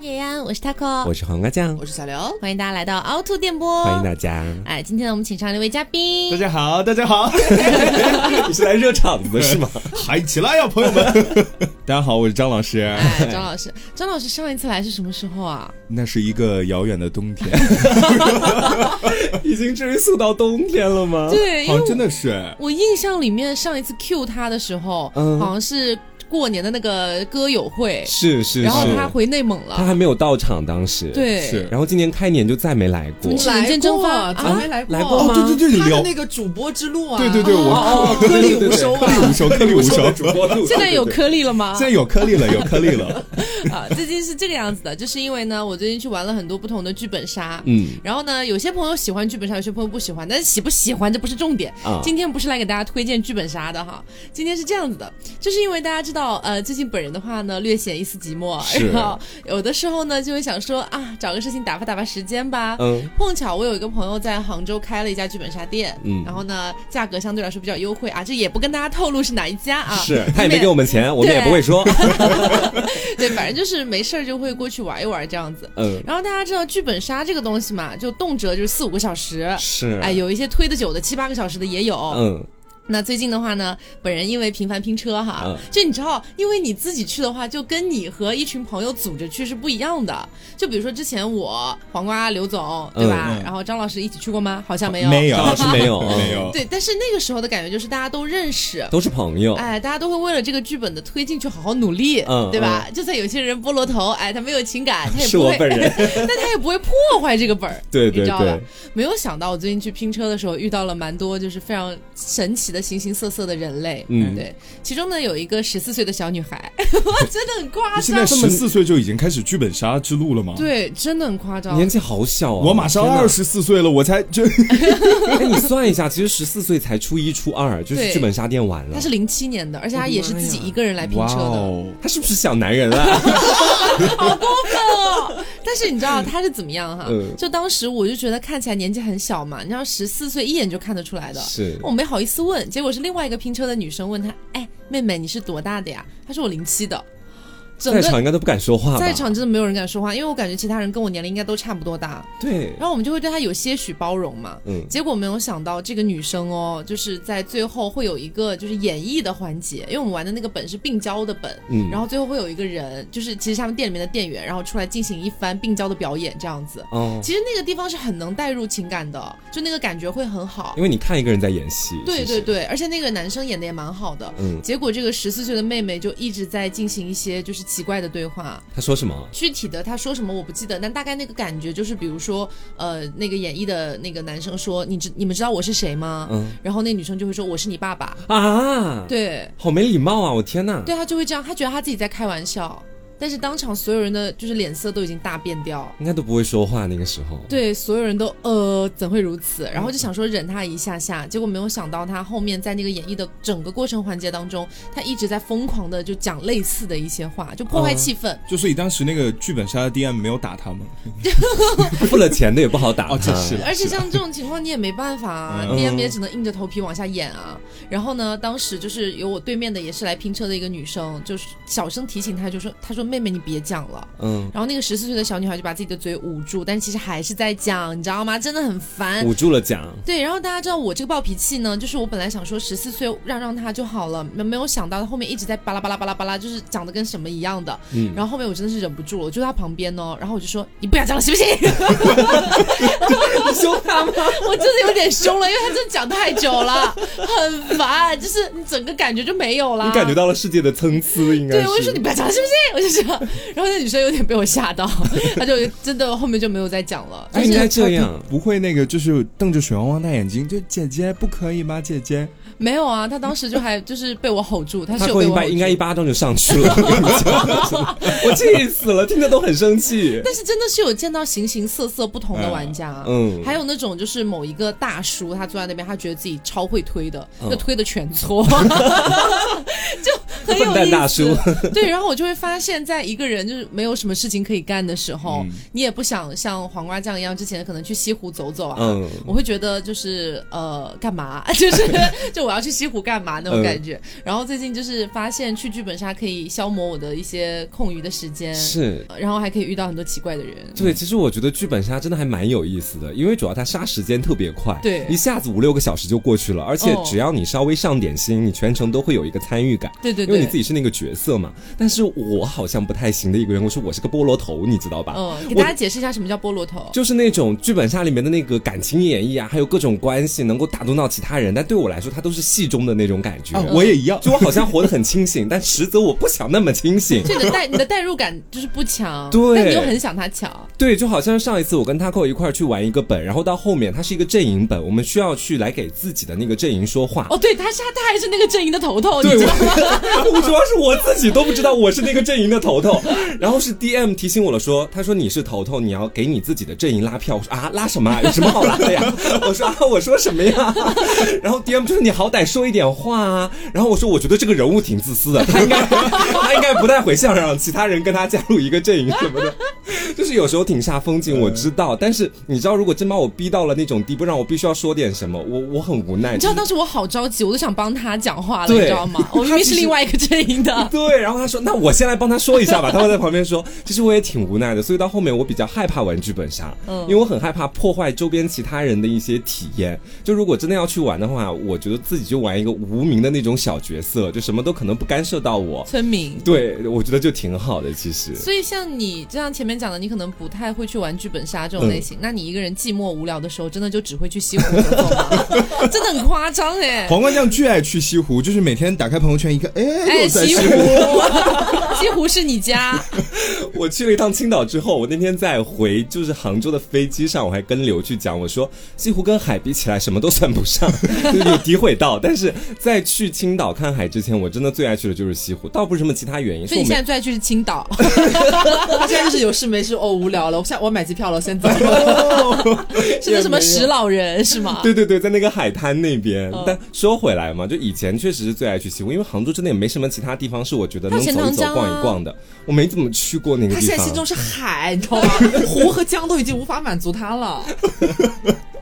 叶安，我是 taco， 我是黄瓜酱，我是小刘，欢迎大家来到凹凸电波，欢迎大家。哎，今天呢，我们请上了一位嘉宾，大家好，大家好，你是来热场子 是吗？嗨起来呀，朋友们！ 大家好，我是张老师。哎，张老师，张老师上一次来是什么时候啊？那是一个遥远的冬天，已经追溯到冬天了吗？对，因好为像我哦真的是我印象里面上一次 Q 他的时候，嗯好像是过年的那个歌友会，是是然后是他回内蒙他了，还没有到场，当时。对，是然后今年开年就再没来过你。是人间蒸发啊来过怎么没来过？来过吗哦，对对对，你他聊的，那个主播之路啊，对对对，哦我颗粒无收颗粒无 啊。收，颗粒无收，现在有颗粒了吗？现在有颗粒了，有颗粒了，啊，最近是这个样子的，就是因为呢，我最近去玩了很多不同的剧本杀，嗯，然后呢，有些朋友喜欢剧本杀，有些朋友不喜欢，但是喜不喜欢这不是重点。啊今天不是来给大家推荐剧本杀的哈，今天是这样子的，就是因为大家知道，呃，最近本人的话呢，略显一丝寂寞，是然后有的时候呢，就会想说啊，找个事情打发打发时间吧。嗯碰巧我有一个朋友在杭州开了一家剧本杀店，嗯然后呢，价格相对来说比较优惠啊，这也不跟大家透露是哪一家啊，是他也没以免给我们钱，我们也不 会说。对，反正就是没事儿就会过去玩一玩这样子。嗯，然后大家知道剧本杀这个东西嘛，就动辄就是四五个小时，是。哎，有一些推的久的七八个小时的也有。嗯，那最近的话呢，本人因为频繁拼车哈，嗯就你知道，因为你自己去的话，就跟你和一群朋友组着去是不一样的。就比如说之前我黄瓜刘总对吧，嗯嗯然后张老师一起去过吗？好像没有，没有张老师没有，嗯 没有，对，但是那个时候的感觉就是大家都认识。都是朋友。哎，大家都会为了这个剧本的推进去好好努力，嗯对吧？就算有些人菠萝头，哎，他没有情感，他也是不我会，本人。 但他也不会破坏这个本儿，对你对知道吧对？，没有想到，我最近去拼车的时候遇到了蛮多就是非常神奇的形形色色的人类。嗯对，其中呢有一个十四岁的小女 孩，我真的很夸你现在张。十四岁就已经开始剧本杀之路了吗？，对，哦真的很夸张。年纪好小啊！我马上天哪二。十四岁了，我才就哎，你算一下，其实十四岁才初一、初二，就是对剧本杀店玩了她。是零七年的，而且她也是自己一个人来拼哇车的，哦，他是不是小男人 啊？哦但是你知道 她是怎么样哈嗯？就当时我就觉得看起来年纪很小嘛，你知道十四岁一眼就看得出来的。是我没好意思问，结果是另外一个拼车的女生问她：“哎，妹妹你是多大的呀？”她说我零七的。整在个场应该都不敢说话吧？在场真的没有人敢说话，因为我感觉其他人跟我年龄应该都差不多大，对，然后我们就会对他有些许包容嘛。嗯结果没有想到这个女生哦，就是在最后会有一个就是演绎的环节，因为我们玩的那个本是病娇的本，嗯，然后最后会有一个人，就是其实他们店里面的店员，然后出来进行一番病娇的表演这样子。哦，其实那个地方是很能带入情感的，就那个感觉会很好因。为你看一个人在演戏，对其对实，对，而且那个男生演的也蛮好的。嗯，结果这个十四岁的妹妹就一直在进行一些就是奇怪的对话，他说什么？具体的他说什么我不记得，但大概那个感觉就是，比如说，呃，那个演绎的那个男生说：“你知你们知道我是谁吗？”嗯然后那女生就会说：“我是你爸爸。啊，，对，好没礼貌啊！我天呐，对他就会这样，他觉得他自己在开玩笑，但是当场所有人的就是脸色都已经大变掉。应该都不会说话那个时候，对，所有人都呃，怎会如嗯此？然后就想说忍他一下下，结果没有想到他后面在那个演绎的整个过程环节当中，他一直在疯狂的就讲类似的一些话，就破坏嗯气氛。就所以当时那个剧本杀的 DM 没有打他们，付了钱的也不好打他。哦，这是了，而且是了像这种情况你也没办法啊嗯，DM 也只能硬着头皮往下演啊。然后呢，当时就是有我对面的也是来拼车的一个女生，就是小声提醒她，就说她说妹妹你别讲了。嗯，然后那个十四岁的小女孩就把自己的嘴捂住，但其实还是在讲，你知道吗？真的很烦。嗯捂住了讲，对，然后大家知道我这个暴脾气呢，就是我本来想说十四岁让让她就好了，没没有想到她后面一直在巴拉巴拉巴拉巴拉，就是讲的跟什么一样的。嗯然后后面我真的是忍不住了，我就在她旁边哦，然后我就说你不要讲了，行不行？你凶他吗？ 我真的有点凶了，因为他真的讲太久了，很烦，就是你整个感觉就没有啦。你感觉到了世界的参差，应该对，是我就说你不要讲了，是不是？我就这样，然后那女生有点被我吓到，她就真的后面就没有再讲了。哎，应该这样不会那个就是瞪着水汪汪大眼睛，就姐姐不可以吗？姐姐，没有啊，她当时就还就是被我吼住，她他是有过被一我吼巴住应该一巴掌就上去了，我 跟你讲我气死了，听着都很生气。但是真的是有见到形形色色不同的玩家，啊嗯还有那种就是某一个大叔， 他坐在那边，他觉得自己超会推的，嗯就推的全错，就很有笨蛋意大思叔。对，然后我就会发现，在一个人就是没有什么事情可以干的时嗯候，你也不想像黄瓜酱一样，之前可能去西湖走走啊。嗯我会觉得就是呃干嘛， 就是就我要去西湖干嘛那种感觉。嗯然后最近就是发现去剧本杀可以消磨我的一些空余的时间，是。呃然后还可以遇到很多奇怪的人。对，其实我觉得剧本杀真的还蛮有意思的，因为主要它杀时间特别快，对一下子五六个小时就过去了，而且哦只要你稍微上点心，你全程都会有一个参与感，对对对因为你自己是那个角色嘛。但是我好像不太行的一个人，我说我是个菠萝头，你知道吧？嗯，给我大家解释一下什么叫菠萝头。就是那种剧本杀里面的那个感情演绎啊，还有各种关系能够打动到其他人，但对我来说，它都是戏中的那种感觉。哦啊，我也一样。就我好像活得很清醒，但实则我不想那么清醒。就你的代你的代入感就是不强，对但你又很想他强。对，就好像上一次我跟 Taco 一块儿去玩一个本，然后到后面它是一个阵营本，我们需要去来给自己的那个阵营说话。哦，对，他是他他还是那个阵营的头头，你对，知我道吗？我 主要是我自己都不知道我是那个阵营的头头，然后是 DM 提醒我了说，他说你是头头，你要给你自己的阵营拉票。我说啊，拉什么啊？有什么好拉的呀？ 我说啊，我说什么呀？然后 DM 就说你好歹说一点话啊。然后我说我觉得这个人物挺自私的，他应该他应该不太会想让其他人跟他加入一个阵营什么的。就是有时候挺煞风景，我知道，但是你知道，如果真把我逼到了那种地步，让我必须要说点什么，我我很无奈。你知道当时我好着急，我都想帮他讲话了，对你知道吗？我明明是另外一个阵营的。 对，然后他说：“那我先来帮他说一下吧。”他会在旁边说：“其实我也挺无奈的，所以到后面我比较害怕玩剧本杀，嗯因为我很害怕破坏周边其他人的一些体验。就如果真的要去玩的话，我觉得自己就玩一个无名的那种小角色，就什么都可能不干涉到我。村民。对，我觉得就挺好的，其实。”所以像你这样前面讲的，你可能不太会去玩剧本杀嗯这种类型。那你一个人寂寞无聊的时候，真的就只会去西湖走走吗？ 真的很夸张哎、 黄瓜酱巨爱去西湖，就是每天打开朋友圈一看，哎，哎，又在西西湖湖。，西湖是你家，我去了一趟青岛之后，我那天在回就是杭州的飞机上，我还跟刘去讲，我说西湖跟海比起来什么都算不上， 就是有诋毁到。但是在去青岛看海之前，我真的最爱去的就是西湖，倒不是什么其他原因，是所以我你现在们。最爱去是青 岛。他现在就是有事没事哦，无聊了，我下我买机票了，先走。 是那什么石老人是吗？对对对，在那个海滩那边。嗯但说回来嘛，就以前确实是最爱去西湖，因为杭州真的也没什么其他地方是我觉得能还有走钱一塘走、江啊逛一逛的。我没怎么去过那个他地现在心方中。是海，你知道吗？湖和江都已经无法满足他了。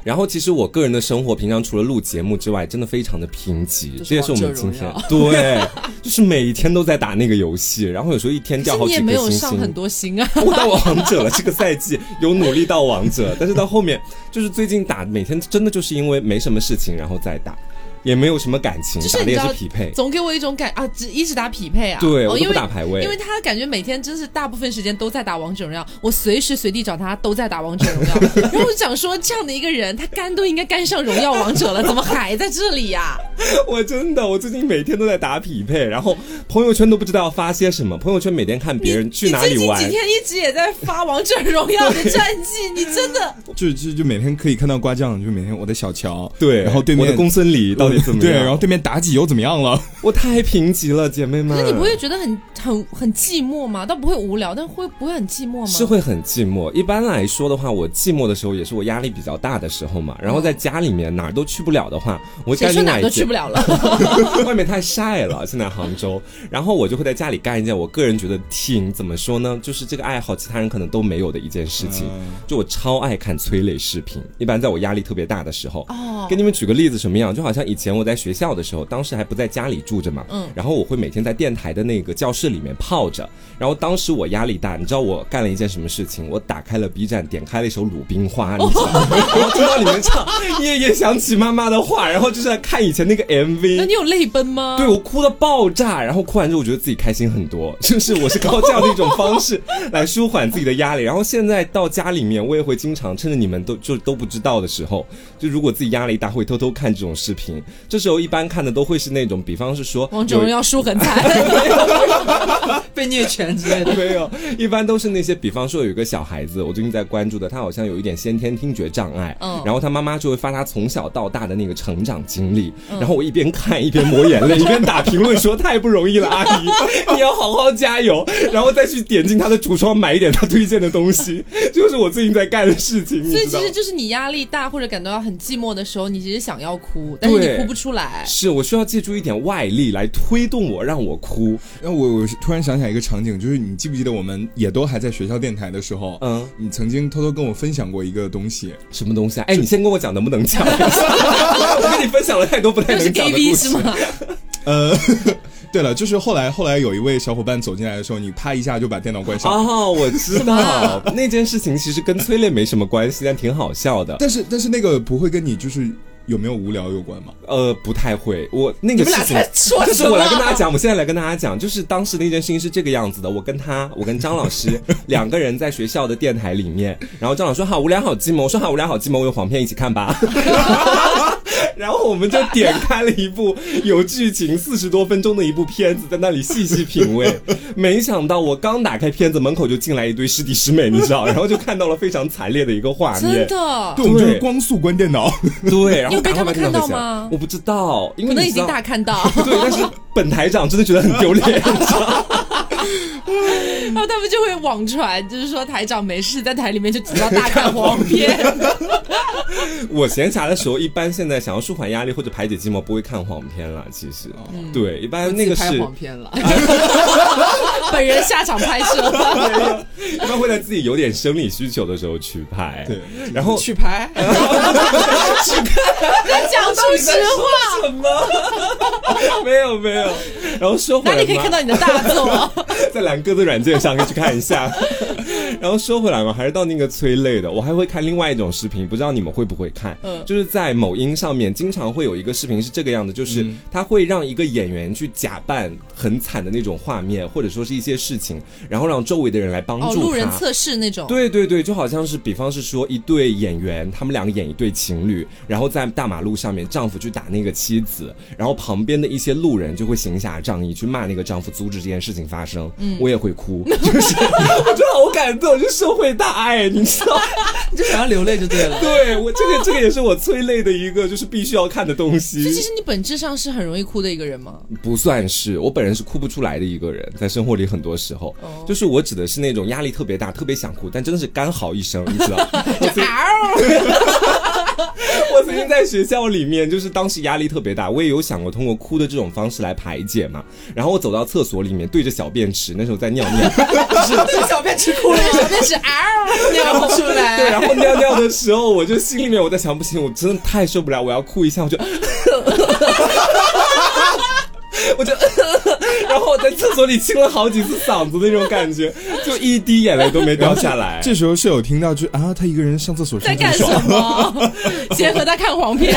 然后其实我个人的生活，平常除了录节目之外，真的非常的贫瘠。就是这也是我们王者今荣天耀 对，就是每天都在打那个游戏，然后有时候一天可 掉是好你几也颗没有星上很星。多星啊。我到王者了，这个赛季有努力到王者，但是到后面就是最近打，每天真的就是因为没什么事情，然后再打，也没有什么感 情，就是打的你也知是道匹配。总给我一种感啊，只一直打匹配啊。对，哦、我都因不为打排位，因为他感觉每天真是大部分时间都在打王者荣耀，我随时随地找他都在打王者荣耀。 然后我就想说，这样的一个人，他肝都应该肝上荣耀王者了，怎么还在这里呀、 我真的，我最近每天都在打匹配，然后朋友圈都不知道要发些什么，朋友圈每天看别人去哪你里最近玩几。天一直也在发王者荣耀的战绩，你真 的就就就每天可以看到瓜酱，就每天我的小乔，对，然后对我的面公孙离到底怎么样？对， 然后对面妲己又怎么样了？我太贫瘠了，姐妹们。可是你不会觉得很很很寂寞吗？倒不会无聊，但会不会很寂寞吗？是会很寂寞。一般来说的话，我寂寞的时候也是我压力比较大的时候嘛。然后在家里面哪儿都去不了的话，我谁干说另哪外儿一都去件不，了了？ 外面太晒了，现在杭州。然后我就会在家里干一件我个人觉得挺怎么说呢，就是这个爱好其他人可能都没有的一件事 情。就我超爱看催泪视频，一般在我压力特别大的时候。哦给你们举个例子，什么样？就好像以前我在学校的时候，当时还不在家里住着嘛，嗯然后我会每天在电台的那个教室里面泡着。然后当时我压力大，你知道我干了一件什么事情？我打开了 B 站，点开了一首《鲁冰花》，你知道吗？ 然后听到里面唱《夜夜想起妈妈的话》，然后就是在看以前那个 MV。那你有泪奔吗？对我哭的爆炸，然后哭完之后我觉得自己开心很多，就是我是靠这样的一种方式来舒缓自己的压力。然后现在到家里面，我也会经常趁着你们都就都不知道的时候，就如果自己压力大，会偷偷看这种视频。这时候一般看的都会是那种，比方是说王者荣有耀输很惨， 被虐犬 之类的。 没有，一般都是那些，比方说有一个小孩子，我最近在关注的，他好像有一点先天听觉障碍，嗯然后他妈妈就会发他从小到大的那个成长经历，嗯然后我一边看一边抹眼 泪，一边打评论说太不容易了，阿姨， 你要好好 加油，然后再去点进他的橱窗买一点他推荐的东西， 就是我最近在干的事情，你所以知其道吗实？就是你压力大或者感到很寂寞的时候，你其实想要哭，但是你对哭不出来。是我需要借助一点外力来推动我，让我哭。然后我我是突然想起来一个场景，就是你记不记得我们也都还在学校电台的时候，嗯，你曾经偷偷跟我分享过一个东西，什么东西啊？哎，你先跟我讲能不能讲？ 我跟你分享了太多不太又是能讲 gay 的故 B 是事。 吗？呃，对了，就是后来后来有一位小伙伴走进来的时候，你啪一下就把电脑关上。哦，我知道那件事情其实跟催泪没什么关系，但挺好笑的。但是但是那个不会跟你就是有没有无聊有关吗？呃，不太会，我那你个们俩事情在。说就是什我么来跟大家讲，我现在来跟大家讲，就是当时那件事情是这个样子的。我跟他，我跟张 老师两个人在学校的电台里面，然后张老师说好无聊，好寂寞。我说好无聊，好寂寞，我有黄片一起 看吧。 然后我们就点开了一部有剧情四十多分钟的一部片子，在那里细细品味。没想到我刚打开片子，门口就进来一堆师弟师妹，你知道，然后就看到了非常惨烈的一个画真面。的，啊对，我们就是光速关电脑。 对，然你后有被他赶快们把电脑看到关起来吗我不知道，因可为能你已知道经大看 到，然对，但是本台长真的觉得很丢脸，你知道吗后他们就会网传，就是说台长没事在台里面就只要大看黄片，我闲暇的时候，一般现在想要舒缓压力或者排解寂寞，不会看黄片了。其实，对，一般 那个拍是黄片了， 本人下场拍摄。一般会在自己有点生理需求的时候去拍。对，然后 去拍， 在讲出实话，什么？没有没有。然后说回哪来嘛，里可以看到你的大作？ 在蓝哥的软件上可以去看 一下。然后说回来嘛，还是到那个催泪的，我还会看另外一种视频，不知道你们会不会看？嗯就是在某音上面经常会有一个视频是这个样的，就是嗯他会让一个演员去假扮很惨的那种画面，或者说是一些事情，然后让周围的人来帮哦，助他。路人测试那种。对对对，就好像是，比方是说一对演员，他们两个演一对情侣，然后在大马路上面，丈夫去打那个妻子，然后旁边的一些路人就会行侠仗义去骂那个丈夫，阻止这件事情发生。嗯，我也会哭，就是我觉得好感动，就社会大爱，你知道吗？你就想要流泪就对了。对我这个这个也是我催泪的一个，就是必须要看的东所以其 西。实你本质上是很容易哭的一个人吗？不算是，我本人是哭不出来的一个人，在生活里很多时候，就是我指的是那种压力特别大，特别想哭，但真的是干嚎一声，你知道吗？就 嗷， 我曾经在学校里面，就是当时压力特别大，我也有想过通过哭的这种方式来排解嘛。然后我走到厕所里面，对着小便池，那时候在尿尿，这小便吃哭了，小便啊是嗷，尿不出对，来。然后尿尿的时候，我就心里面我在想，不行，我真的太受不了，我要哭一下，我就。我就， 然后我在厕所里清了好几次嗓子那种感觉，就一滴眼泪都没掉下 来。这时候室友听到就啊，他一个人上厕所是 在这么干什爽。 么？结合他看黄片，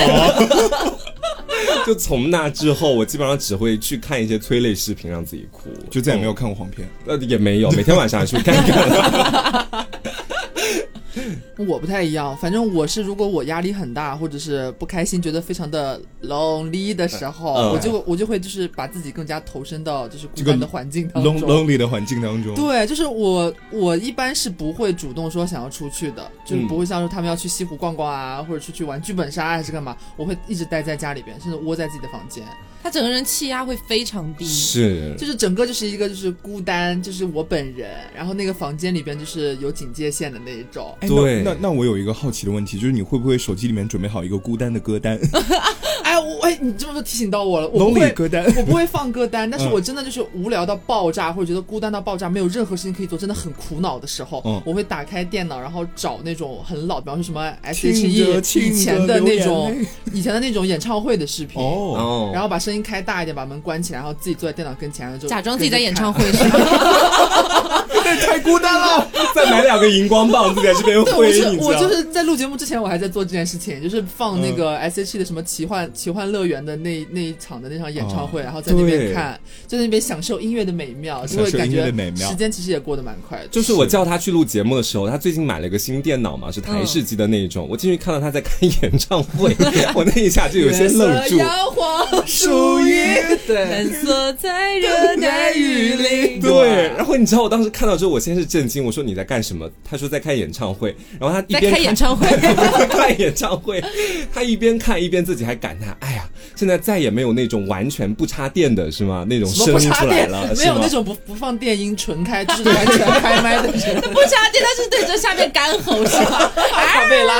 就从那之后，我基本上只会去看一些催泪视频，让自己哭， 就再也没有看过黄 片，呃，也没有，每天晚上还是会看一看。 我不太一样，反正我是如果我压力很大或者是不开心，觉得非常的 lonely 的时候，嗯我就我就会就是把自己更加投身到就是孤这个单的环境当 lon 哦中。 lonely 的环境当中，对，就是我，我一般是不会主动说想要出去的，就是不会像说他们要去西湖逛逛啊，或者出去玩剧本杀啊还是干嘛，我会一直待在家里边，甚至窝在自己的房间，他整个人气压会非常低。是，就是整个就是一个就是孤单，就是我本人，然后那个房间里边就是有警戒线的那一种。哎对那那那我有一个好奇的问题，就是你会不会手机里面准备好一个孤单的歌单哎，我哎，你这么提醒到我了，我，lonely 不会。歌单？ 我不会放歌单，但嗯是我真的就是无聊到爆炸，或者觉得孤单到爆炸，没有任何事情可以做，真的很苦恼的时候，嗯我会打开电脑，然后找那种很老，比方说什么 S 听 H 着 E 听以前着的流那眼种泪以前的那种演唱会的视 频。哦，哦然后把声音开大一点，把门关起来，然后自己坐在电脑跟前，然后就假装自己在演唱会。会是吧？太孤单了。 再买两个荧光棒，自己在这 边对，我挥，是你知我道就吗？是在录节目之前，我还在做这件事情，就是放那个 S H E 的什么奇幻奇幻乐园的那那一场的那场演唱会，然后在那边对看，在那边享受音乐的美妙，就享会受感音乐觉的美妙时间其实也过得蛮快的。就是我叫他去录节目的时候，他最近买了个新电脑嘛，是台式机的那一种。我进去看到他在看演唱 会，我那一下就有些愣住。摇晃，属于对，蜷缩在热带雨 林。对，然后你知道我当时看到之后，我先是震惊，我说你在干什么？他说在看演唱会，然后他一在边开演唱会， 看演唱会，他一边看一边自己还感叹：“哎呀，现在再也没有那种完全不插电的是吗？那种什声么不音插出来电了，， 没是有吗那种不不放电音纯开，就是完全开麦的 人。不插电，他是对着下面干吼是吧？卡贝拉，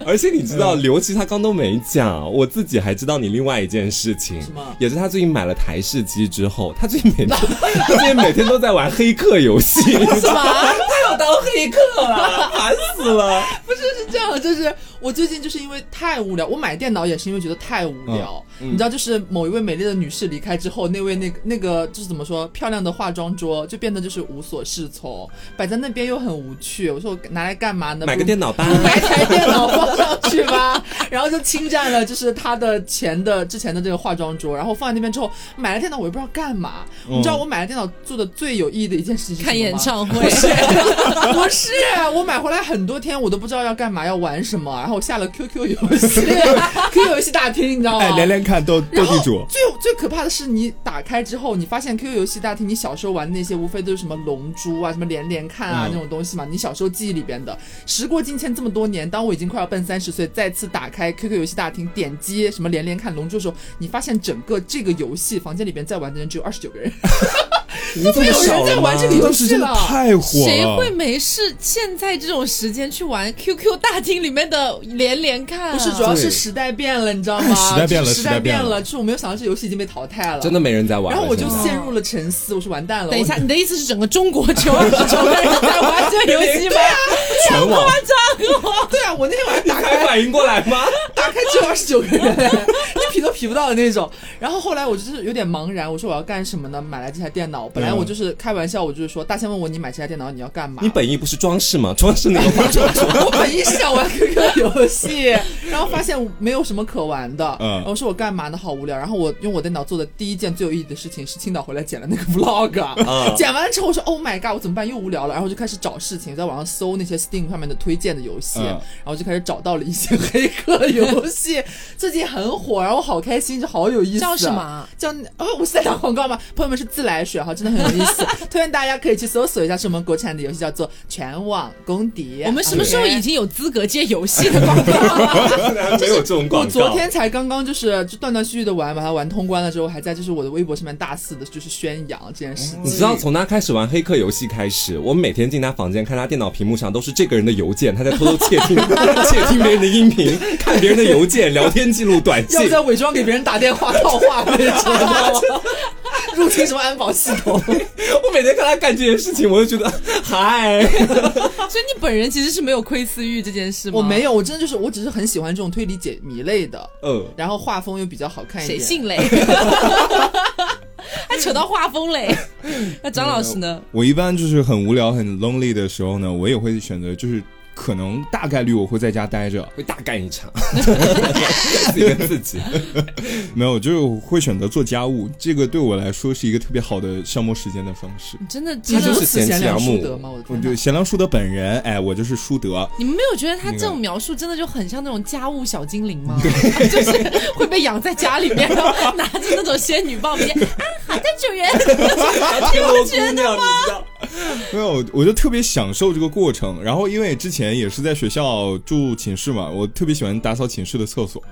而且你知道，嗯刘琦他刚都没讲，我自己还知道你另外一件事情，什么也是他最近买了台式机之后，他最近每天， 他最近每天都在玩黑客游戏，是吧？他要当黑客了， 烦死了。不是是这样的，就是我最近就是因为太无聊，我买电脑也是因为觉得太无聊。嗯你知道，就是某一位美丽的女士离开之后，那位那个那个就是怎么说，漂亮的化妆桌就变得就是无所适从，摆在那边又很无趣。我说我拿来干嘛呢？买个不电 脑吧，买台电脑放上去吧， 然后就侵占了就是他的前的之前的这个化妆桌，然后放在那边之后买了电脑，我也不知道干嘛。嗯你知道我买了电脑做的最有意义的一件事情是什么吗看演唱会， 不是，我买回来很多天，我都不知道要干嘛，要玩什么。然后我下了 QQ 游戏，QQ 游戏大厅，你知道吗？哎，连连看斗斗然后地主，最最可怕的是，你打开之后，你发现 QQ 游戏大厅，你小时候玩的那些，无非都是什么龙珠啊、什么连连看啊、嗯那种东西嘛。你小时候记忆里边的，时过境迁这么多年，当我已经快要奔三十岁，再次打开 QQ 游戏大厅，点击什么连连看、龙珠的时候，你发现整个这个游戏房间里边在玩的人只有二十九个人。你这没么有人少在了吗玩？这个游哎当时戏真的了。太火啊谁会了。没事现在这种时间去玩 QQ 大厅里面的连连看、啊？不是，主要对是时代变了，你知道吗？时代变了时代时代变变了就是我没有想到这游戏已经被淘汰了，真。的没人在玩啊然了。后我就现在陷入了沉思，我说完蛋了。等一下，你的意思是整个中国只有二十九个人在玩这个游戏吗？ 全网，我，对啊，我那天晚上你打还开反应过来 吗？打开只有二十九个人，一匹都匹不到的那种。然后后来我就是有点茫然，我说我要干什么呢？买来这台电脑，本来对啊我就是开玩笑，我就是说大仙问我你买这台电脑你要干嘛？你本意不是装饰吗？装饰 那个化妆我本意是想玩 QQ 游戏，然后发现没有什么可玩的，嗯然后说我干嘛呢？好无聊。然后我用我电脑做的第一件最有意义的事情是青岛回来剪了那个 vlog，、嗯啊剪完之后我说 Oh my god，我怎么办？又无聊了，然后我就开始找事情，在网上搜那些 Steam 上面的推荐的游戏，嗯然后就开始找到了一些黑客游戏， 最近很火，然后我好开心，这好有意思、啊。叫什么？叫哦，我是在打广告吗？朋友们是自来水哈，真的很有意 思，推荐大家可以去搜索一下，是我们国产的游戏，叫做《全网公敌》。哎我们什么时候已经有资格接游戏的广告了？没有这种我广告。昨天才刚刚就是就断断续续的玩，把它玩通关了之后，还在就是我的微博上面大肆的就是宣扬这件事情。你知道从他开始玩黑客游戏开始，我每天进他房间看他电脑屏幕上都是这个人的邮件，他在偷偷窃 听窃听别人的音频，看别人的邮件、聊天记录、短要信不。要伪装给别人打电话套话，你知道 吗？入侵什么安保系统？我每天看他干这件事情，我就觉得嗨， 所以你本人其实是没有窥私欲这件事吗？我没有，我真的就是我只是很喜欢这种推理解谜类的，嗯，然后画风又比较好看一谁点。信嘞？ 还扯到画风嘞？ 那张老师呢？我一般就是很无聊、很 lonely 的时候呢，我也会选择就是。可能大概率我会在家待着，会大干一场，自己跟自己。没有，就是我会选择做家务。这个对我来说是一个特别好的消磨时间的方式。你真的他真这就的是，此贤良贤淑良德木吗？我的我天就哪！贤良淑德本人，哎，我就是淑德，你们没有觉得他这种描述真的就很像那种家务小精灵吗？ 就是会被养在家里面，然后拿着那种仙女 棒，别啊，好的主 人，天罗姑娘，你知道？没有，我就特别享受这个过程。然后因为之前也是在学校住寝室嘛，我特别喜欢打扫寝室的厕所。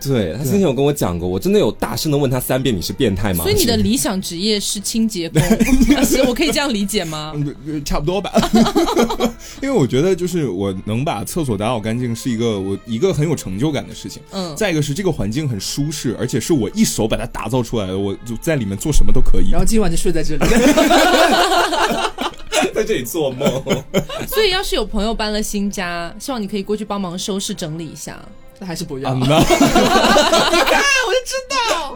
对他之前有跟我讲过，我真的有大声的问他三遍：“你是变态吗？”所以你的理想职业是清洁 工，是我可以这样理解吗？嗯，呃差不多吧。 因为我觉得就是我能把厕所打扫干净是一个我一个很有成就感的事情。嗯，再一个是这个环境很舒适，而且是我一手把它打造出来的，我就在里面做什么都可以然。后今晚就睡在这里，在这里 做梦。所以要是有朋友搬了新家，希望你可以过去帮忙收拾整理一下。那还是不要。啊那我就知道，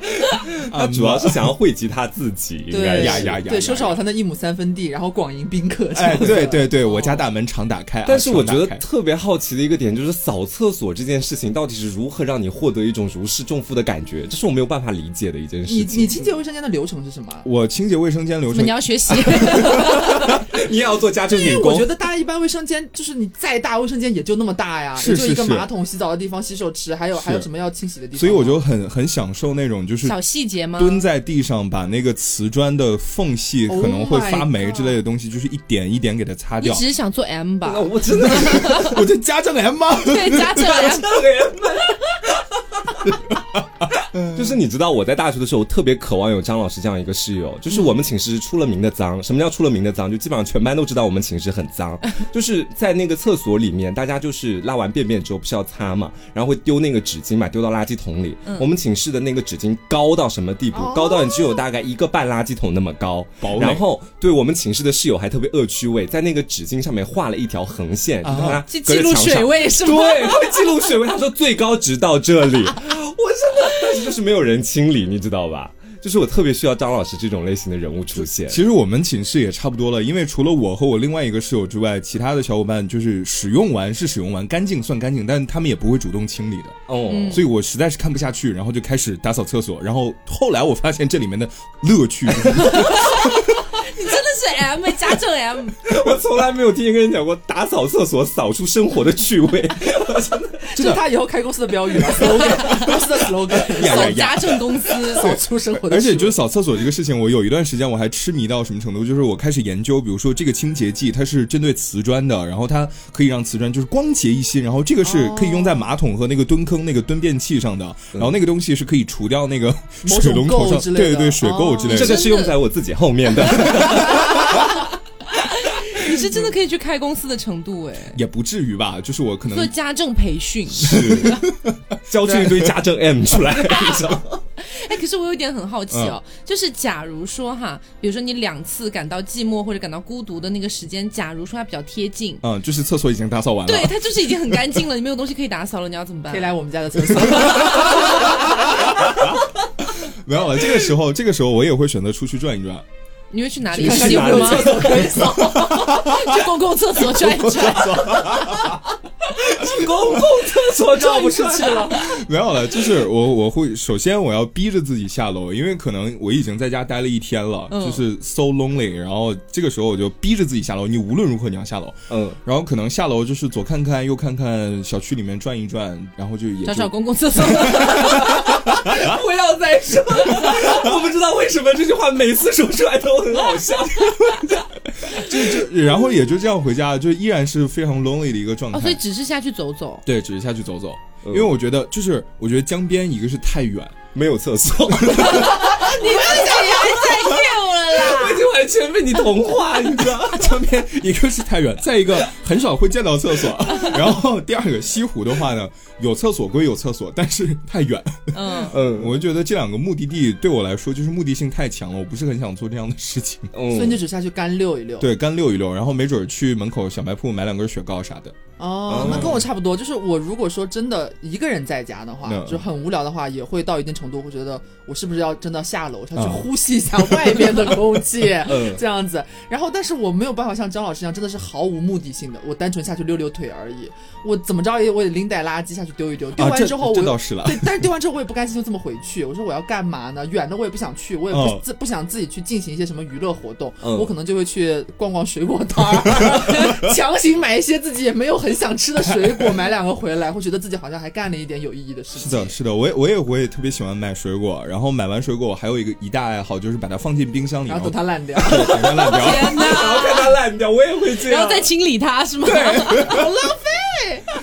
啊他主要是想要惠及他自己，应该对是呀呀呀对，收拾好他那一亩三分地，然后广迎宾客。 哎，对对对，我家大门常打开哦啊。但是我觉得常打开特别好奇的一个点就是扫厕所这件事情到底是如何让你获得一种如释重负的感觉，这是我没有办法理解的一件你事你情。清洁卫生间的流程是什么？我清洁卫生间流怎么程你要学习？ 你也要做家政女因为我工觉？得大家一般卫生间就是你再大卫生间也就那么大呀，是也就一个是是马桶、洗澡的地方、洗手池，还有还有什么要清洗的地方吗？所以我就很很享受那种就是小细节吗？蹲在地上，把那个瓷砖的缝隙 Oh 可能会发 my 霉 God 之类的嗯东西，就是一点一点给它擦你掉 只。是想做 M 吧 那？我真 的我这家政 M 吗？ 对，家政 M。这个人 就是你知道我在大学的时候，我特别渴望有张老师这样一个室友。就是我们寝室出了名的脏，什么叫出了名的脏？就基本上全班都知道我们寝室很脏。就是在那个厕所里面，大家就是拉完便便之后不是要擦嘛，然后会丢那个纸巾嘛，丢到垃圾桶里。嗯我们寝室的那个纸巾高到什么地步？哦高到你只有大概一个半垃圾桶那么高堡。垒然后对我们寝室的室友还特别恶趣味，在那个纸巾上面画了一条横线，就让它去隔哦记着录墙上水位是吗？对，会记录水位。他说最高值到这里，我真的，但是就是没有人清理，你知道吧？就是我特别需要张老师这种类型的人物出现。 其实我们寝室也差不多了，因为除了我和我另外一个室友之外，其他的小伙伴就是使用完是使用完，干净算干净，但他们也不会主动清理的。哦，所以我实在是看不下去，然后就开始打扫厕所。然后后来我发现这里面的乐趣就是你真的是 M 哎加正 M，我从来没有听见跟人讲过打扫厕所扫出生活的趣味。我真的这是他以后开公司的标语吧 slogan，公司 的 slogan，呀呀扫呀！家政公司，扫出生活的而且趣味就是扫厕所这个事情，我有一段时间我还痴迷到什么程度，就是我开始研究，比如说这个清洁剂它是针对瓷砖的，然后它可以让瓷砖就是光洁一新，然后这个是可以哦用在马桶和那个蹲坑那个蹲便器上的，然后那个东西是可以除掉那个嗯某种水龙头垢上，之类的哦对对，水垢之类这的。个是用在我自己后面的。你是真的可以去开公司的程度哎、也不至于吧，就是我可做能家政培训，交出一堆家政 M 出来，你知道吗？哎，可是我有点很好奇哦，就是假如说哈，比如说你两次感到寂寞或者感到孤独的那个时间，假如说它比较贴近，嗯，就是厕所已经打扫完了对，，它就是已经很干净了，你没有东西可以打扫了，你要怎么办可以？来我们家的 厕所，没有了。这个时候，这个时候我也会选择出去转一转，你会去哪里？去西哪湖里吗？厕所可以扫， 去公共厕所转一 转，公共厕所绕不出去 了。没有了，就是我我会首先我要逼着自己下楼，因为可能我已经在家待了一天了，嗯就是 so lonely。然后这个时候我就逼着自己下楼，你无论如何你要下楼。嗯，然后可能下楼就是左看看右看看，小区里面转一转，然后就也找就找公共厕所。啊不要再说 了。我不知道为什么这句话每次说出来都很好笑。就就然后也就这样回家，就依然是非常 lonely 的一个状态。哦，所以只是下去走走。对，只是下去走走，嗯因为我觉得就是我觉得江边一个是太远，没有厕所。你自己还在 Q 了啦？我已经完全被你同化，你知 道？江边一个是太远，再一个很少会见到厕所。 然后第二个西湖的话呢，有厕所归有厕所，但是太远。 呃嗯，嗯，我就觉得这两个目的地对我来说就是目的性太强了，我不是很想做这样的事情。嗯所以你就只下去干溜一溜。对，干溜一溜，然后没准儿去门口小卖铺买两根雪糕啥的。哦，那跟我差不多。就是我如果说真的一个人在家的话，嗯就很无聊的话，也会到一定程度会觉得我是不是要真的下楼，要去嗯呼吸一下外面的空 气，嗯这样子。然后，但是我没有办法像张老师一样，真的是毫无目的性的，我单纯下去溜溜腿而已。我怎么着也我得拎袋垃圾下去丢一丢，丢啊，完这之后我这又倒是了。 对，但是丢完之后我也不甘心就这么回去，我说我要干嘛呢？远的我也不想去，我也不嗯自、不想自己去进行一些什么娱乐活动，嗯我可能就会去逛逛水果摊儿， 强行买一些自己也没有很想吃的水果，买两个回来，会觉得自己好像还干了一点有意义的事 是情。的，是的，我也我也我也特别喜欢买水果，然后买完水果，我还有一个一大爱好就是把它放进冰箱里，然然后后等它烂掉，对等它烂掉。天然后 哪！看它烂掉，我也会这样。然啊后再清理它是吗？啊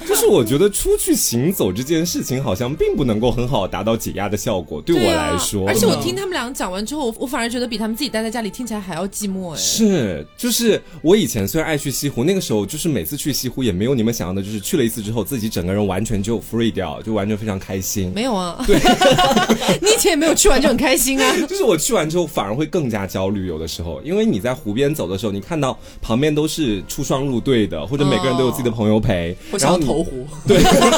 就是我觉得出去行走这件事情，好像并不能够很好达到解压的效果，对我来说。啊而且我嗯听他们俩讲完之后，我我反而觉得比他们自己待在家里听起来还要寂寞哎。是，就是我以前虽然爱去西湖，那个时候就是每次去西湖也没有你们想象的，就是去了一次之后，自己整个人完全就 free 掉，就完全非常开心。没有啊， 你以前也没有去玩就很开心啊。就是我去完之后反而会更加焦虑，有的时候，因为你在湖边走的时候，你看到旁边都是出双入对的，或者每个人都有自己的朋友陪，然我想后要你投壶。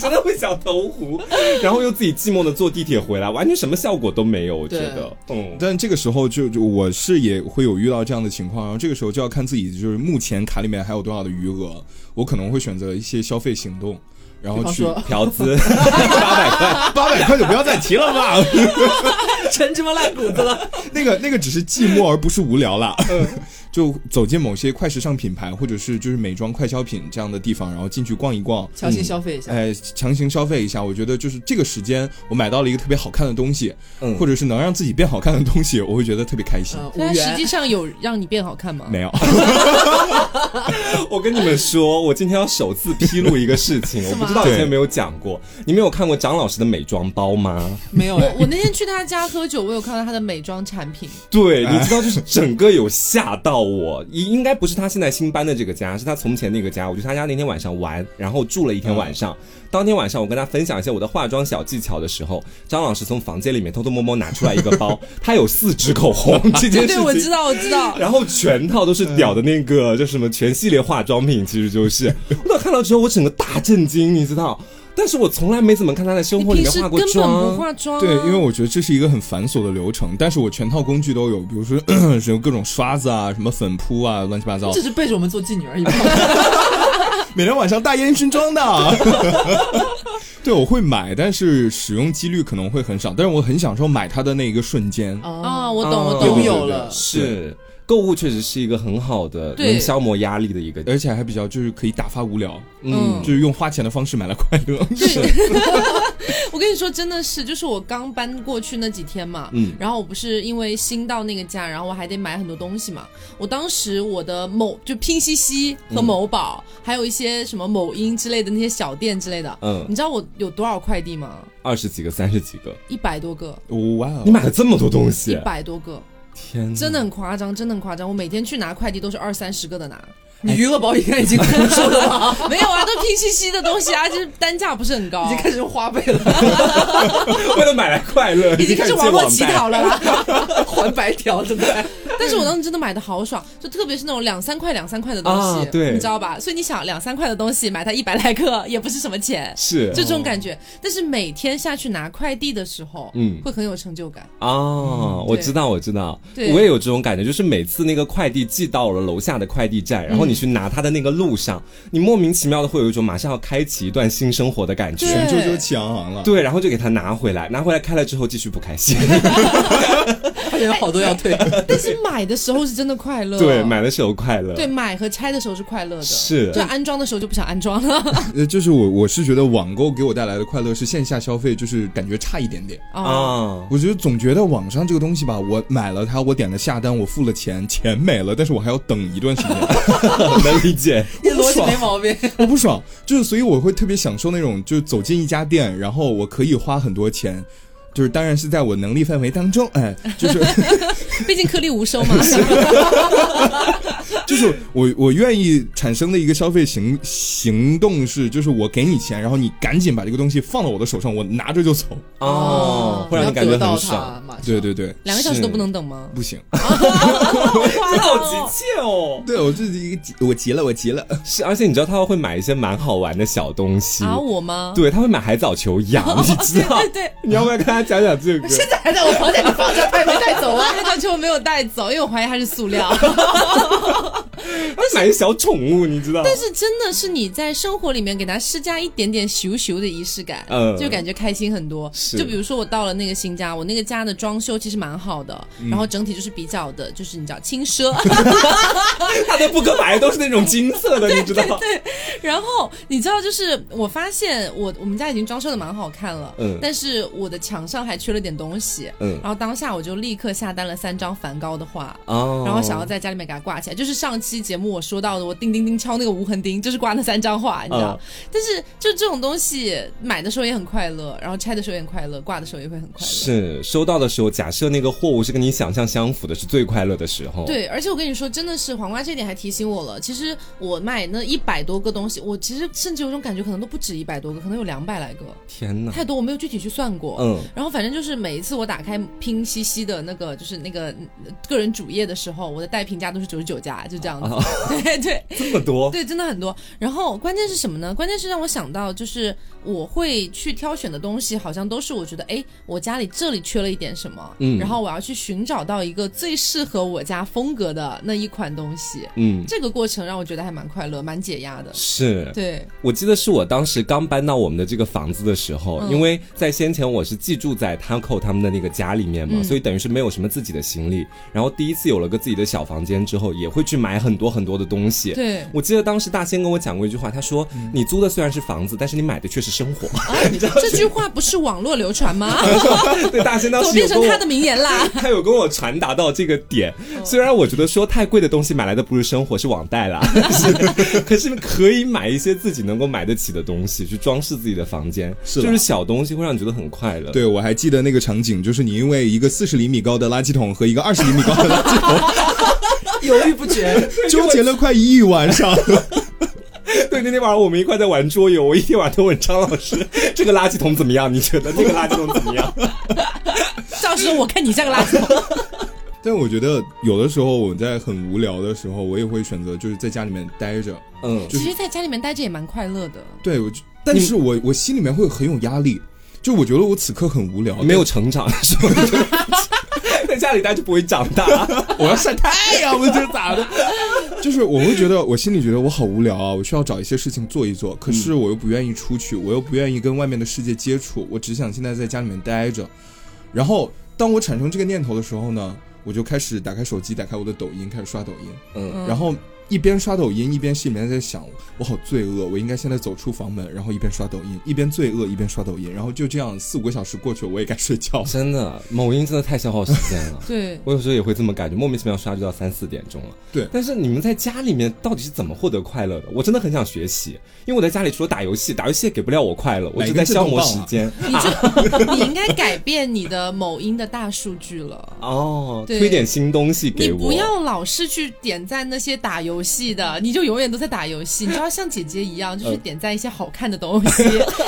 真的会想投湖，然后又自己寂寞的坐地铁回来，完全什么效果都没有，我觉得，嗯。但这个时候就就我是也会有遇到这样的情况，然后这个时候就要看自己就是目前卡里面还有多少的余额，我可能会选择一些消费行动，然后比方去说嫖资八百块，八百块就不要再提了 吧，成芝麻烂谷子了，嗯那个那个只是寂寞而不是无聊啦， 就走进某些快时尚品牌或者是就是美妆快消品这样的地方，然后进去逛一逛，强行消费一下。哎，强行消费一下，我觉得就是这个时间，我买到了一个特别好看的东西，嗯或者是能让自己变好看的东西，我会觉得特别开心。嗯，五但啊实元际上有让你变好看吗？没有，我跟你们说，我今天要首次披露一个事 情，我不知道以前有没有讲过。你们有看过张老师的美妆包 吗？没有哎我那天去他家喝酒，我有看到他的美妆产品，对，你知道，就是整个有吓到我。应应该不是他现在新搬的这个家，是他从前那个家。我去他家那天晚上玩，然后住了一天晚嗯上。当天晚上，我跟他分享一些我的化妆小技巧的时候，张老师从房间里面偷偷摸摸拿出来一个包，他有四支口 红，这对件事对，情我知道，我知道。然后全套都是屌的那个，就什么全系列化妆品，其实就是我当时看到之后，我整个大震惊，你知道？但是我从来没怎么看他在生你活里平面时化根过本不妆。化妆啊、对，因为我觉得这是一个很繁琐的流程，但是我全套工具都有，比如说 咳什么各种刷子啊，什么粉扑啊，乱七八糟这，是背着我们做妓女 而已吧。每天晚上大烟熏妆的。 对，我会买，但是使用几率可能会很少，但是我很享受买它的那一个瞬间。啊，啊，我懂，啊我拥懂。有了，是购物确实是一个很好的对能消磨压力的一个，而且还比较就是可以打发无聊，嗯就是用花钱的方式买来快乐。 我跟你说，真的是，就是我刚搬过去那几天嘛，嗯然后我不是因为新到那个家，然后我还得买很多东西嘛。我当时我的某就拼夕夕和某宝，嗯还有一些什么某音之类的那些小店之类的，嗯，你知道我有多少快递吗？二十几个、三十几个，一百多个，哇哦你！买了这么多东一西，百多个，天嗯哪，真的很夸张，真的很夸张。我每天去拿快递都是二三十个的拿，你余额宝应该已经枯瘦了吧？没有啊，都拼夕夕的东西啊，就是单价不是很高已经，开始用花呗了，为了买来快 乐，已经开开始始网见络网乞贷。讨了啦，还白条对不对？ 但是我当时真的买的好爽，就特别是那种两三块两三块的东西，啊对你知道吧？所以你想两三块的东西买它一百来克也不是什么 钱，是就这种感觉。但是每天下去拿快递的时候，嗯会很有成就感。哦，我嗯对知道，我知道，对我也有这种感觉，就是每次那个快递寄到了楼下的快递站，然后你去拿它的那个路上，你莫名其妙的会有一种马上要开启一段新生活的感对觉。全球就起昂昂了。 对，然后就给它拿回来，拿回来开了之后继续不开心。发现有好多要退，但是买的时候是真的快乐， 对，买的时候快乐。对买和拆的时候是快乐的，是啊就安装的时候就不想安装了。 呃，就是我我是觉得网购给我带来的快乐是线下消费，就是感觉差一点点。啊，啊，我觉得总觉得网上这个东西吧，我买了它，我点了下单，我付了钱，钱没了，但是我还要等一段时间， 很能理解。你逻辑没 毛病。我不爽。就是所以我会特别享受那种，就是走进一家店，然后我可以花很多钱。就是当然是在我能力范围当中，哎，就是毕竟颗粒无收 嘛。就是我我愿意产生的一个消费行行动是，就是我给你钱，然后你赶紧把这个东西放到我的手上，我拿着就走。哦，会让你感觉要得到很它爽。马上对对对，两个小时都不能等 吗？不行，哇好哦急切哦！对我这是一个急，我急了，我急了。是，而且你知道他会买一些蛮好玩的小东西，啊，我 吗？对，他会买海藻球 痒，你知道？对对。你要不要跟他讲讲这个？现在 还在我房间里放着，他也没带走 啊。那个球没有带走，因为我怀疑它是塑料。他买一小宠物，你知道？但是真的是你在生活里面给它施加一点点咻咻的仪式感，嗯就感觉开心很多。是就比如说我到了那个新家，我那个家的装修其实蛮好的，嗯然后整体就是比较的，就是你知道轻 奢。他的扑克牌都是那种金色 的，你知道？然后你知道，就是我发现我我们家已经装修的蛮好看了，嗯但是我的墙上还缺了点东西，嗯然后当下我就立刻下单了三张梵高的画，哦然后想要在家里面给它挂起来，就是上期节目我说到的，我叮叮叮敲那个无痕钉，就是挂那三张画，你知道。嗯但是就这种东西，买的时候也很快乐，然后拆的时候也很快乐，挂的时候也会很快乐。是收到的时候，假设那个货物是跟你想象相符的，是最快乐的时候。，对，而且我跟你说，真的是黄瓜这点还提醒我了。其实我买那一百多个东西，我其实甚至有种感觉，可能都不止一百多个，可能有两百来个，天哪！太多，我没有具体去算过。嗯然后反正就是每一次我打开拼夕夕的那个就是那个呃个人主页的时候，我的带评价都是九十九加，就这样子。啊， 对对，这么多，对，真的很多。然后关键是什么呢？关键是让我想到，就是我会去挑选的东西，好像都是我觉得，哎，我家里这里缺了一点什么，嗯然后我要去寻找到一个最适合我家风格的那一款东西。嗯。这个过程让我觉得还蛮快乐，蛮解压的。是对，我记得是我当时刚搬到我们的这个房子的时候，嗯因为在先前我是寄住在 Taco 他们的那个家里面嘛，嗯所以等于是没有什么自己的行李，然后第一次有了个自己的小房间之后，也会去买很多很多的东西。对嗯我记得当时大仙跟我讲过一句话，他说：“你租的虽然是房子，但是你买的却是生活。啊这句话不是网络流传吗？ 对，大仙当怎么时有变跟成我他的名言啦？他有跟我传达到这个点，虽然我觉得说太贵的东西买来的不是生活，是网贷啦，但是 可是可以买一些自己能够买得起的东西去装饰自己的房间，是啦就是小东西会让你觉得很快乐。对，我还记得那个场景，就是你因为一个四十厘米高的垃圾桶和一个二十厘米高的垃 圾 犹豫不决。桶纠结了快一晚 上。对，那天晚上我们一块在玩桌游，我一天晚上都问张老师这个垃圾桶怎么样？你觉得这个垃圾桶怎么样？到时候我看你像个垃圾桶。但我觉得有的时候我在很无聊的时候，我也会选择就是在家里面待着。 嗯，其实，在家里面待着也蛮快乐的。对，我就但是我我心里面会很有压力，就我觉得我此刻很无聊，没有成长，是吧？ 在家里待就不会长大。我要晒太阳，我这咋的？就是我会觉得，我心里觉得我好无聊啊，我需要找一些事情做一做。可是我又不愿意出去，我又不愿意跟外面的世界接触，我只想现在在家里面待着。然后，当我产生这个念头的时候呢，我就开始打开手机，打开我的抖音，开始刷抖音。嗯，嗯然后一边刷抖音，一边心里面在想，我好罪恶，我应该现在走出房门，然后一边刷抖音，一边罪恶，一边刷抖音。然后就这样四五个小时过去，我也该 睡觉了。真的，某音真的太消耗时间了。对，我有时候也会这么感觉，莫名其妙刷就到三四点钟了。对但是你们在家里面到底是怎么获得快乐的？我真的很想学习，因为我在家里除了打游戏，打游戏也给不了我快乐，我买一就个在消震动磨棒啊时 间。你就你应该改变你的某音的大数据了。哦，对推点新东西给你我。不要老是去点赞那些打游戏的，你就永远都在打游 戏。你就要像姐姐一样，就是点赞一些好看的东 呃西，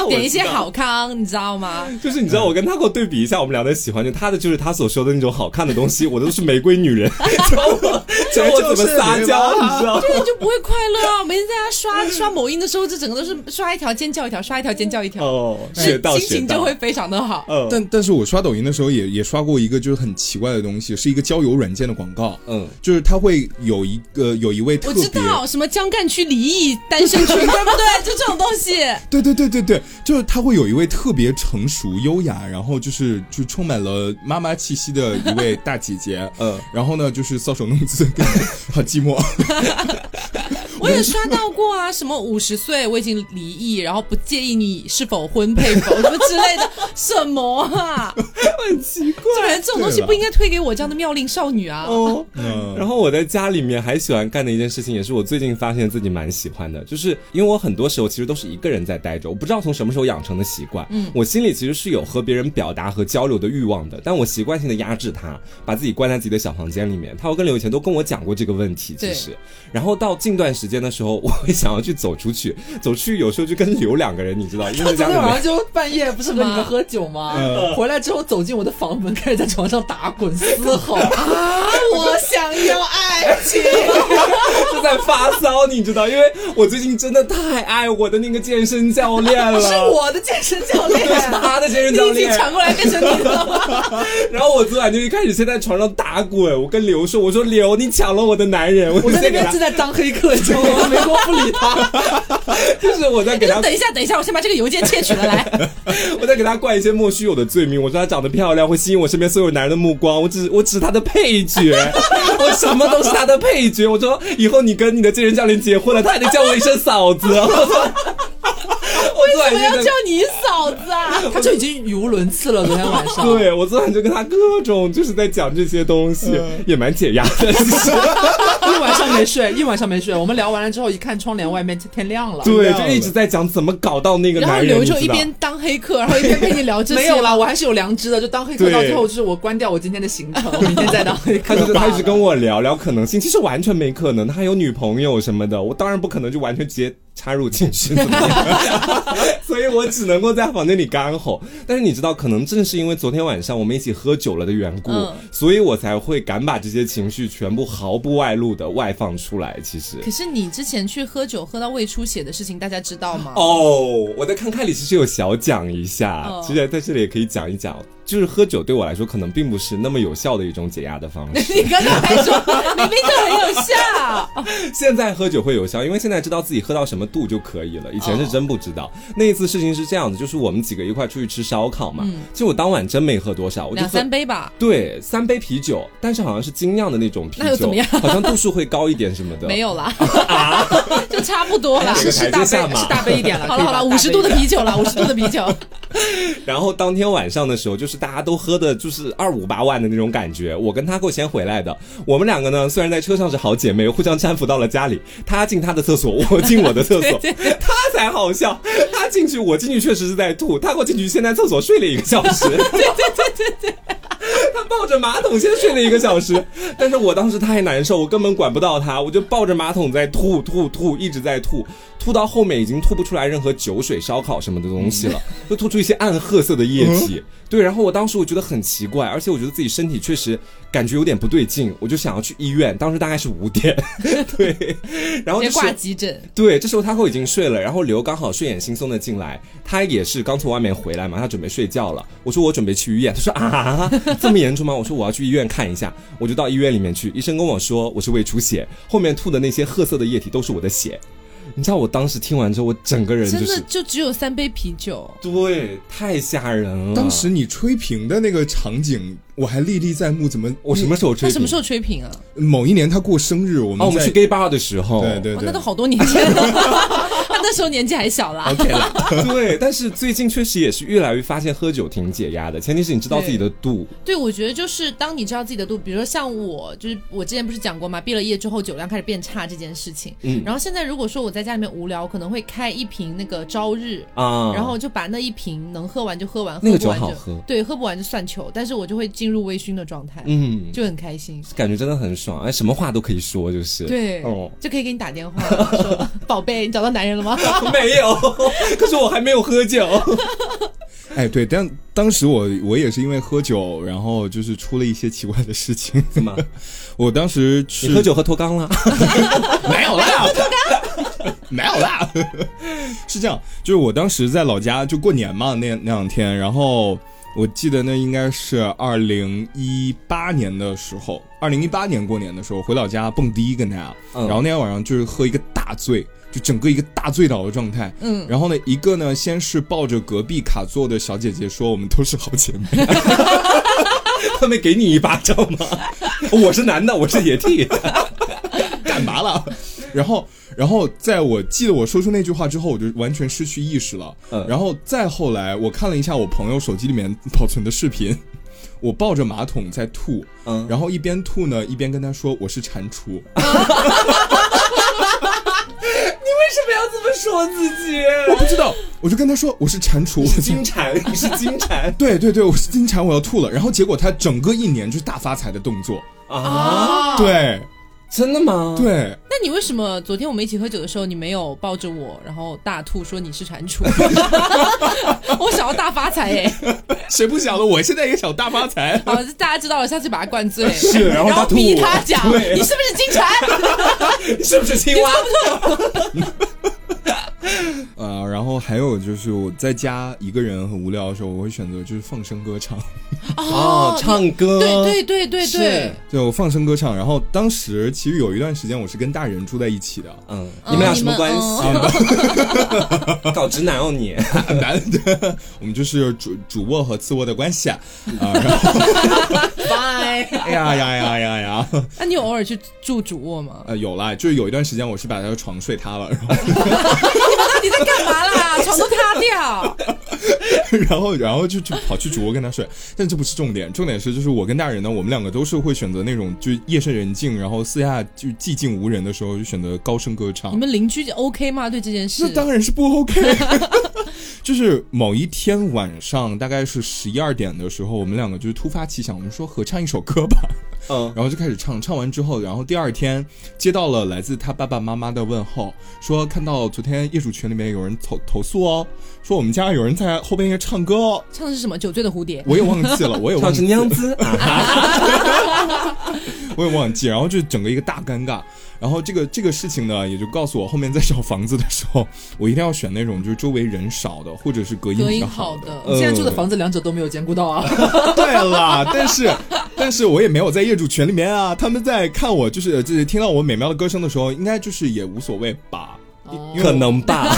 点一些好康，你知道 吗？就是你知道，我跟他给我对比一下，我们俩的喜欢，就他的就是他所说的那种好看的东西，我的都是玫瑰女人， 教我教我怎么撒娇，你知道吗？对，就不会快乐啊！每天在家刷刷某音的时候，这整个都是刷一条尖叫一条，刷一条尖叫一条，哦，学是到心学情到就。会非常的好。嗯但但是我刷抖音的时候也也刷过一个就是很奇怪的东西，是一个交友软件的广告，嗯，就是它会有一个有一位特呃我知，别道什么江干区离异单身群，对不 对？就这种东西，对对对对对，就是它会有一位特别成熟优雅，然后就是就充满了妈妈气息的一位大姐姐， 嗯，然后呢就是搔首弄姿，好寂 寞，我也刷到过啊，什么五十岁我已经离异，然后不介意你是否婚配否什么之类的，什么啊？很奇怪。这人这种东西对了不应该推给我这样的妙龄少女啊！哦，嗯然后我在家里面还喜欢干的一件事情，也是我最近发现自己蛮喜欢的，就是因为我很多时候其实都是一个人在待着，我不知道从什么时候养成的习惯。嗯，我心里其实是有和别人表达和交流的欲望的，但我习惯性的压制它，把自己关在自己的小房间里面。他跟刘以前都跟我讲过这个问题，其对实。然后到近段时间的时候，我会想要去走出去，走出去有时候就跟刘两个人，你知 道，因为在昨家里天晚面。嗯上就半夜不是和你们喝酒吗？回来之后走进我的房门，开始在床上打滚嘶吼 啊！我想要爱情。就在发骚，你知道，因为我最近真的太爱我的那个健身教练了， 是我的健身 教练，他的健身你教已经练。抢过来变成 你了， 然后我昨晚就一开始先在床上打滚，我跟刘说，我说刘，你抢了我的男人，我我就在那先给边他正，在当黑客，你知道吗？没空不理他。就是我在给他，等一下，等一下，我先把这个邮件窃取了 来。我在给他冠一些莫须有的罪名。我说她长得漂亮，会吸引我身边所有男人的目光，我只是我只是她的配角，我什么都是她的配角。我说以后你跟你的健身教练结婚了，他还得叫我一声 嫂子。我说，我昨晚我要就叫在。你嫂子 啊！他就已经语无伦次了。昨天晚上，对，我昨晚就跟他各种就是在讲这些东西，嗯也蛮解压的。其 实一晚上没睡，一晚上没睡。我们聊完了之后，一看窗帘，外面天亮了。对，就一直在讲怎么搞到那个然后男人。刘你知就道一边当黑客，然后一边陪你聊这些。没有啦，我还是有良知的。就当黑客对到最后，就是我关掉我今天的行 程，我明天再当黑 他客。就是他一直跟我聊聊可能性，其实完全没可能，他还有女朋友什么的，我当然不可能就完全直接插入进去， 怎么样 所以我只能够在房间里干吼。但是你知道，可能正是因为昨天晚上我们一起喝酒了的缘故，嗯所以我才会敢把这些情绪全部毫不外露的外放出来。其实。可是你之前去喝酒喝到胃出血的事情，大家知道吗？哦哦，我在看看里其实有小讲一下，哦其实在这里也可以讲一讲。就是喝酒对我来说可能并不是那么有效的一种解压的方式。你刚刚还 说明明就很有效，现在喝酒会有效，因为现在知道自己喝到什么度就可以了。以哦前是真不知道。那一次事情是这样子，就是我们几个一块出去吃烧烤嘛，其实我当晚真没喝多少，我嗯就两喝三杯吧，对三杯啤酒，但是好像是精酿的那种啤酒，那又怎么样 好像度数会高一点什么的。没有 啦，啊就差不多了。是是台大阶下杯嘛是大杯一点了， 好了好了，可以吧五十度的啤酒了，五十度的啤酒。然后当天晚上的时候，就是大家都喝的，就是二五八万的那种感觉。我跟他够先回来的，我们两个呢，虽然在车上是好姐妹，互相搀扶到了家里。他进他的厕所，我进我的厕所，他才好笑。他进去，我进去确实是在吐，他给我进去先在厕所睡了一个小时。对对对对对。他抱着马桶先睡了一个小时，但是我当时太难受，我根本管不到他，我就抱着马桶在吐吐吐，一直在吐，吐到后面已经吐不出来任何酒水、烧烤什么的东西了，就吐出一些暗褐色的液体。对，然后我当时我觉得很奇怪，而且我觉得自己身体确实感觉有点不对劲，我就想要去医院。当时大概是五点， 对，然后 直就接挂是急诊，对，这时候他会已经睡了，然后刘刚好睡眼惺忪的进来，他也是刚从外面回来嘛，他准备睡觉了。我说我准备去医院，他说啊，这么严重吗？我说我要去医院看一下，我就到医院啊里面去，医生跟我说我是胃出血，后面吐的那些褐色的液体都是我的血。你知道我当时听完之后，我整个人就真的是就只有三杯啤酒。对，太吓人了。当时你吹瓶的那个场景，我还历历在目。怎么我什么时候吹他瓶？什么时候吹瓶啊？某一年他过生日，我哦，们我们在去 gay bar 的时候，对对哦对，那都好多年前 了， 他那时候年纪还小啦。 OK 了，对，但是最近确实也是越来越发现喝酒挺解压的，前提是你知道自己的度。对，我觉得就是当你知道自己的度，比如说像我，就是我之前不是讲过嘛，毕了业之后酒量开始变差这件事情。嗯然后现在如果说我在家里面无聊，我可能会开一瓶那个朝日，啊，然后就把那一瓶能喝完就喝完，那个喝不完酒就好喝对，喝不完就算球，但是我就会进入微醺的状态，嗯，就很开心。感觉真的很爽，哎，什么话都可以说，就是。对，哦就可以给你打电话 说：“宝贝，你找到男人了吗没有， 可是我还没有喝 酒。 哎对，但当时我我也是因为喝酒，然后就是出了一些奇怪的事情。 怎么？我当时去你喝酒喝脱肛了？ 没有啦，没有啦。 是这样，就是我当时在老家就过年嘛，那那两天，然后我记得那应该是二零一八年的时候，二零一八年过年的时候回老家蹦迪跟大家，嗯然后那天晚上就是喝一个大醉。就整个一个大醉倒的状态，嗯，然后呢，一个呢，先是抱着隔壁卡座的小姐姐说我们都是好姐妹，他没给你一巴掌吗？ 我是男的，我是野 T。干嘛了？ 然后，然后在我记得我说出那句话之后，我就完全失去意识了。嗯然后再后来，我看了一下我朋友手机里面保存的视频，我抱着马桶在吐， 嗯然后一边吐呢，一边跟他说我是蟾蜍。为什么要这么说自己？我不知道，我就跟他说我是蟾蜍，我是金蝉，你是金蝉对对对，我是金蟾，我要吐了。然后结果他整个一年就是大发财的动作，啊？对真的吗？，对，？”那你为什么昨天我们一起喝酒的时候，你没有抱着我，然后大吐说你是蟾蜍？ 我想要大发财哎、谁不想了？我现在也想大发财。好，大家知道了，下次把他灌醉，是然然后他吐逼他讲对你是不是金蝉？你是不是青蛙？呃，然后还有就是我在家一个人很无聊的时候，我会选择就是放声歌唱。 哦，唱歌。对对对对对，对，我放声歌唱。然后当时其实有一段时间我是跟大人住在一起的， 嗯，你们俩什么关哦系？嗯搞直男哦你！很难的。我们就是主主卧和次卧的关系啊。啊然后， 拜。哎呀呀呀呀呀！那你有偶尔去住主卧吗？ 呃，有啦，就是有一段时间我是把他的床睡塌了，然后你们到底在干嘛啦？床都塌 掉，然后 然后就就跑去主卧跟他睡。但这不是重点，重点是就是我跟大人呢，我们两个都是会选择那种就夜深人静，然后私下就寂静无人的时候，就选择高声歌唱你。们邻居 OK 吗？对这件事那？当然是不 OK。就是某一天晚上，大概是十一二点的时候，我们两个就是突发奇想，我们说合唱一首歌吧， 嗯，然后就开开始唱，唱完之后，然后第二天接到了来自他爸爸妈妈的问候，说看到昨天业主群里面有人投投诉哦，说我们家有人在后边唱歌哦，唱的是什么？酒醉的蝴蝶。 我也忘记了，我也 唱忘是记 娘子 啊，我也忘记，然后就整个一个大尴尬。然后这个这个事情呢，也就告诉我后面在找房子的时候，我一定要选那种就是周围人少的，或者是隔音隔比音较好的。的你现在住的房子两者都没有兼顾到啊， 对了，但是但是我也没有在业主群里面啊，他们在看我就是就是听到我美妙的歌声的时候，应该就是也无所谓吧，哦可能吧。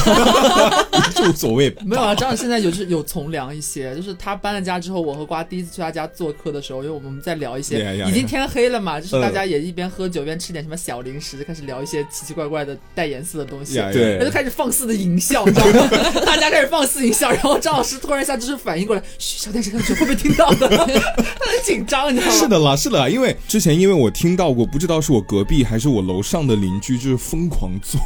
就无所谓吧。 没有啊，张老师现在有就是有从良一些，就是他搬了家之后，我和瓜第一次去他家做客的时候，因为我们在聊一些 Yeah, yeah, 已经天黑了嘛，就是大嗯家也一边喝酒一边吃点什么小零食，开始聊一些奇奇怪怪的带颜色的东西。呀呀对他就开始放肆的淫笑，你知道 吗？大家开始放肆淫笑，然后张老师突然一下就是反应过来，嘘，小点声，小点声，会不会听到的？他很紧张，你知道吗？是，的啦，是的啦，因为之前因为我听到过，不知道是我隔壁还是我楼上的邻居，就是疯狂做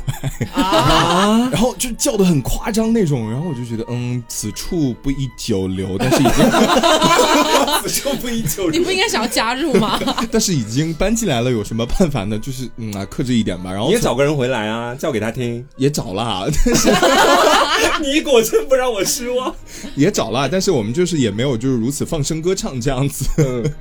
爱， 然后就叫的很夸张那种，然后我就觉得，嗯，此处不宜久留，但是已经， 此处不宜久你不应该想要加入吗？但是已经搬进来了，有什么办法呢？就是嗯啊，克制一点吧。然后你也找个人回来啊，叫给他听。也找啦， 你果真不让我失望。也找啦，但是我们就是也没有就是如此放声歌唱这样子，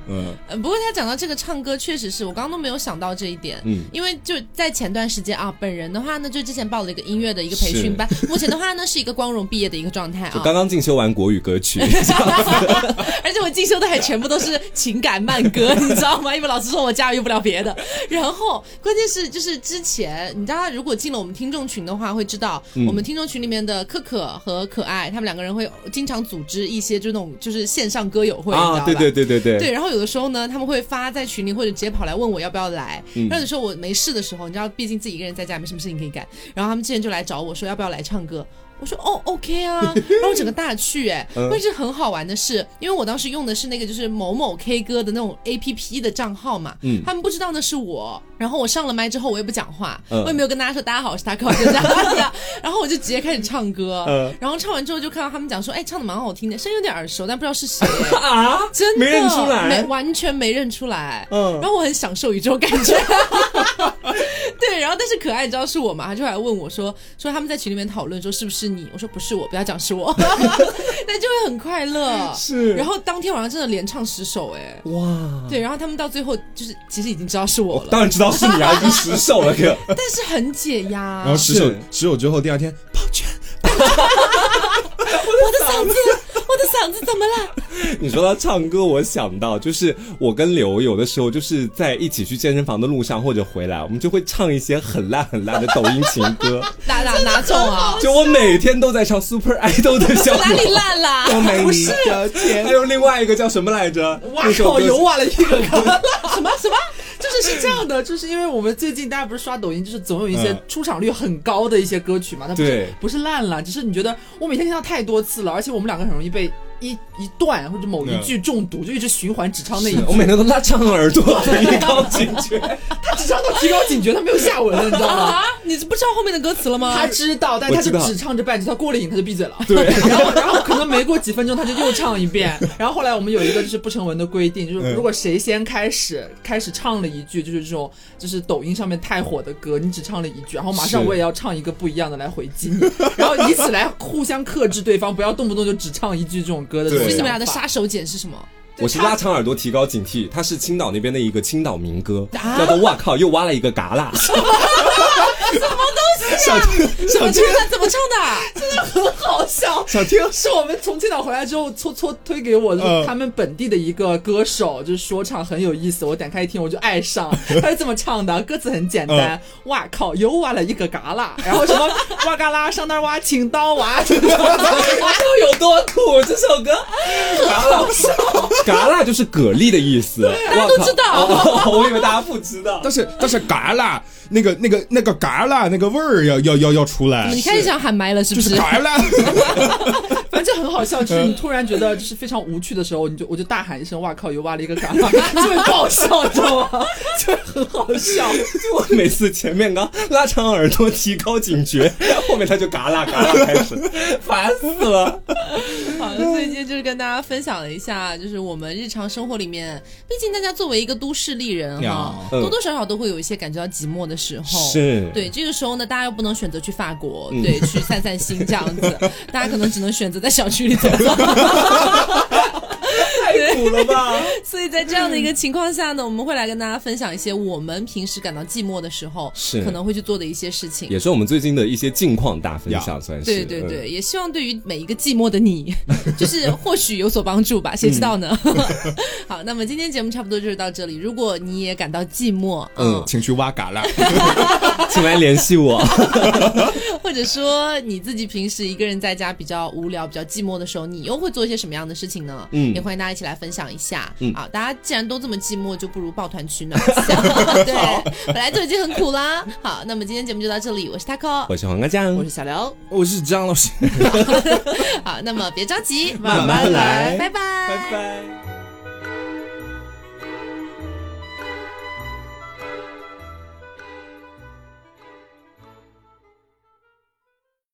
嗯，呃不过他讲到这个唱歌，确实是我刚刚都没有想到这一点。嗯因为就在前段时间啊，本人的话呢，就之前报了一个音乐的一个培训班，目前的话呢是一个光荣毕业的一个状态就啊刚，刚进修完国语歌曲， 而且我进修的还全部都是情感慢歌， 你知道吗？因为老师说我驾驭不了别的。然后关键是就是之前你知道，他如果进了我们听众群的话，会知道、嗯我们听众群里面的可可和可爱，他们两个人会经常组织一些就那种就是线上歌友会，你知道 啊，吧？对对对对对，对，然后有的时候呢，他们会发在群里，或者直接跑来问我要不要来。嗯然后有时候我没事的时候，你知道，毕竟自己一个人在家没什么事情可以干。然后他们之前就来找我说要不要来唱歌，我说哦，OK 啊，然后我整个大去哎、嗯但是很好玩的是，因为我当时用的是那个就是某某 K 歌的那种 APP 的账号嘛，嗯他们不知道那是我。然后我上了麦之后，我也不讲话，嗯我也没有跟大家说大家好，我是达克，我就这样 子。然后我就直接开始唱歌，嗯然后唱完之后就看到他们讲说，哎，唱的蛮好听的，声音有点耳熟，但不知道是谁。啊，真的没认出来没完全没认出来。嗯然后我很享受于这种感觉。 对，然后但是可爱，你知道是我嘛？他就来问我说，说他们在群里面讨论说是不是你？我说不是我，不要讲是我， 那就会很快乐。是然后当天晚上真的连唱十首，哎，哇，对，然后他们到最后就是其实已经知道是我了，当然知道是你啊，已经实瘦了哥。 但是很解压。然后十首是十首之后，第二天抱歉，我的嗓子，我的嗓子怎么了？你说到唱歌，我想到就是我跟刘有的时候就是在一起去健身房的路上或者回来，我们就会唱一些很烂很烂的抖音情歌。哪哪哪种啊？就我每天都在唱 Super Idol 的小哪 里我烂啦？美丽的天，还有另外一个叫什么来着？哇那首靠，歌有我了一 个哥。什么什么？就是是这样的，就是因为我们最近大家不是刷抖音，就是总有一些嗯出场率很高的一些歌曲嘛，它不是对不是烂了，只是你觉得我每天听到太多次了，而且我们两个很容易被一一段或者某一句中毒，就一直循环只唱那一嗯我句，每天都拉长耳朵，提高警觉。他只唱到提高警觉，他没有下文了，你知道吗？啊，你不知道后面的歌词了吗？他知道，但他我知就道只唱这半句，他过了瘾他就闭嘴了。对 然后然后可能没过几分钟他就又唱一遍。然后后来我们有一个就是不成文的规定，就是嗯如果谁先开始开始唱了一句，就是这种就是抖音上面太火的歌，你只唱了一句，然后马上是我也要唱一个不一样的来回击你，然后以此来互相克制对方，不要动不动就只唱一句这种歌的这种所想法。以你们俩的杀手锏是什么？我是拉长耳朵提高警惕，它是青岛那边的一个青岛民歌，啊叫做“哇靠”，又挖了一个旮 旯。想听怎么想唱听的？怎么唱的？很好笑。想听，是我们从青岛回来之后，搓搓推给我的，就是嗯他们本地的一个歌手，就是说唱很有意思，我点开一听我就爱 上，他是这么唱的，歌词很简单，嗯哇靠，又挖了一个旮旯，然后 什么哇嘎啦上那儿挖青刀啊娃，又有多土？这首歌嘎啦不是，嘎啦就是蛤蜊的意思，大家都知道 我以为大家不知道。 但是但是嘎啦，那个那个那个嘎啦，那个味儿要要要要出来 你，开始想喊麦了是就不是是？嘎啦，反正很好笑。嗯就是你突然觉得就是非常无趣的时候，你就我就大喊一声哇靠，又挖了一个旮旯， 就会爆笑，知道吗？ 就很好笑。就我每次前面刚拉长耳朵提高警觉，后面他就嘎啦嘎啦开始，烦死了。 好们所以今天就是跟大家分享了一下，就是我们日常生活里面，毕竟大家作为一个都市丽人哈，呀多多少少都会有一些感觉到寂寞的时候。。是，对，这个时候呢，大家又不能选择去法国，对，去散散心这样子，大家可能只能选择在小区里走 走。太苦了 吧？所以在这样的一个情况下呢，我们会来跟大家分享一些我们平时感到寂寞的时候，是可能会去做的一些事情。也是我们最近的一些近况大分享，算是嗯对对对，，也希望对于每一个寂寞的你， 就是或许有所帮助 吧，谁知道呢？嗯 好，那么今天节目差不多就是到这里。如果你也感到寂寞，嗯嗯，请去挖嘎啦。嗯请来联系 我。或者说你自己平时一个人在家比较无聊、比较寂寞的时候，你又会做一些什么样的事情呢？嗯也欢迎大家一起来分享一下。嗯啊，大家既然都这么寂寞，就不如抱团取暖一 下。 对，本来就已经很苦啦。好，那么今天节目就到这里，我是 taco，我是黄瓜酱，我是小刘，我是 张老师，好，那么别着急，慢慢来拜拜拜。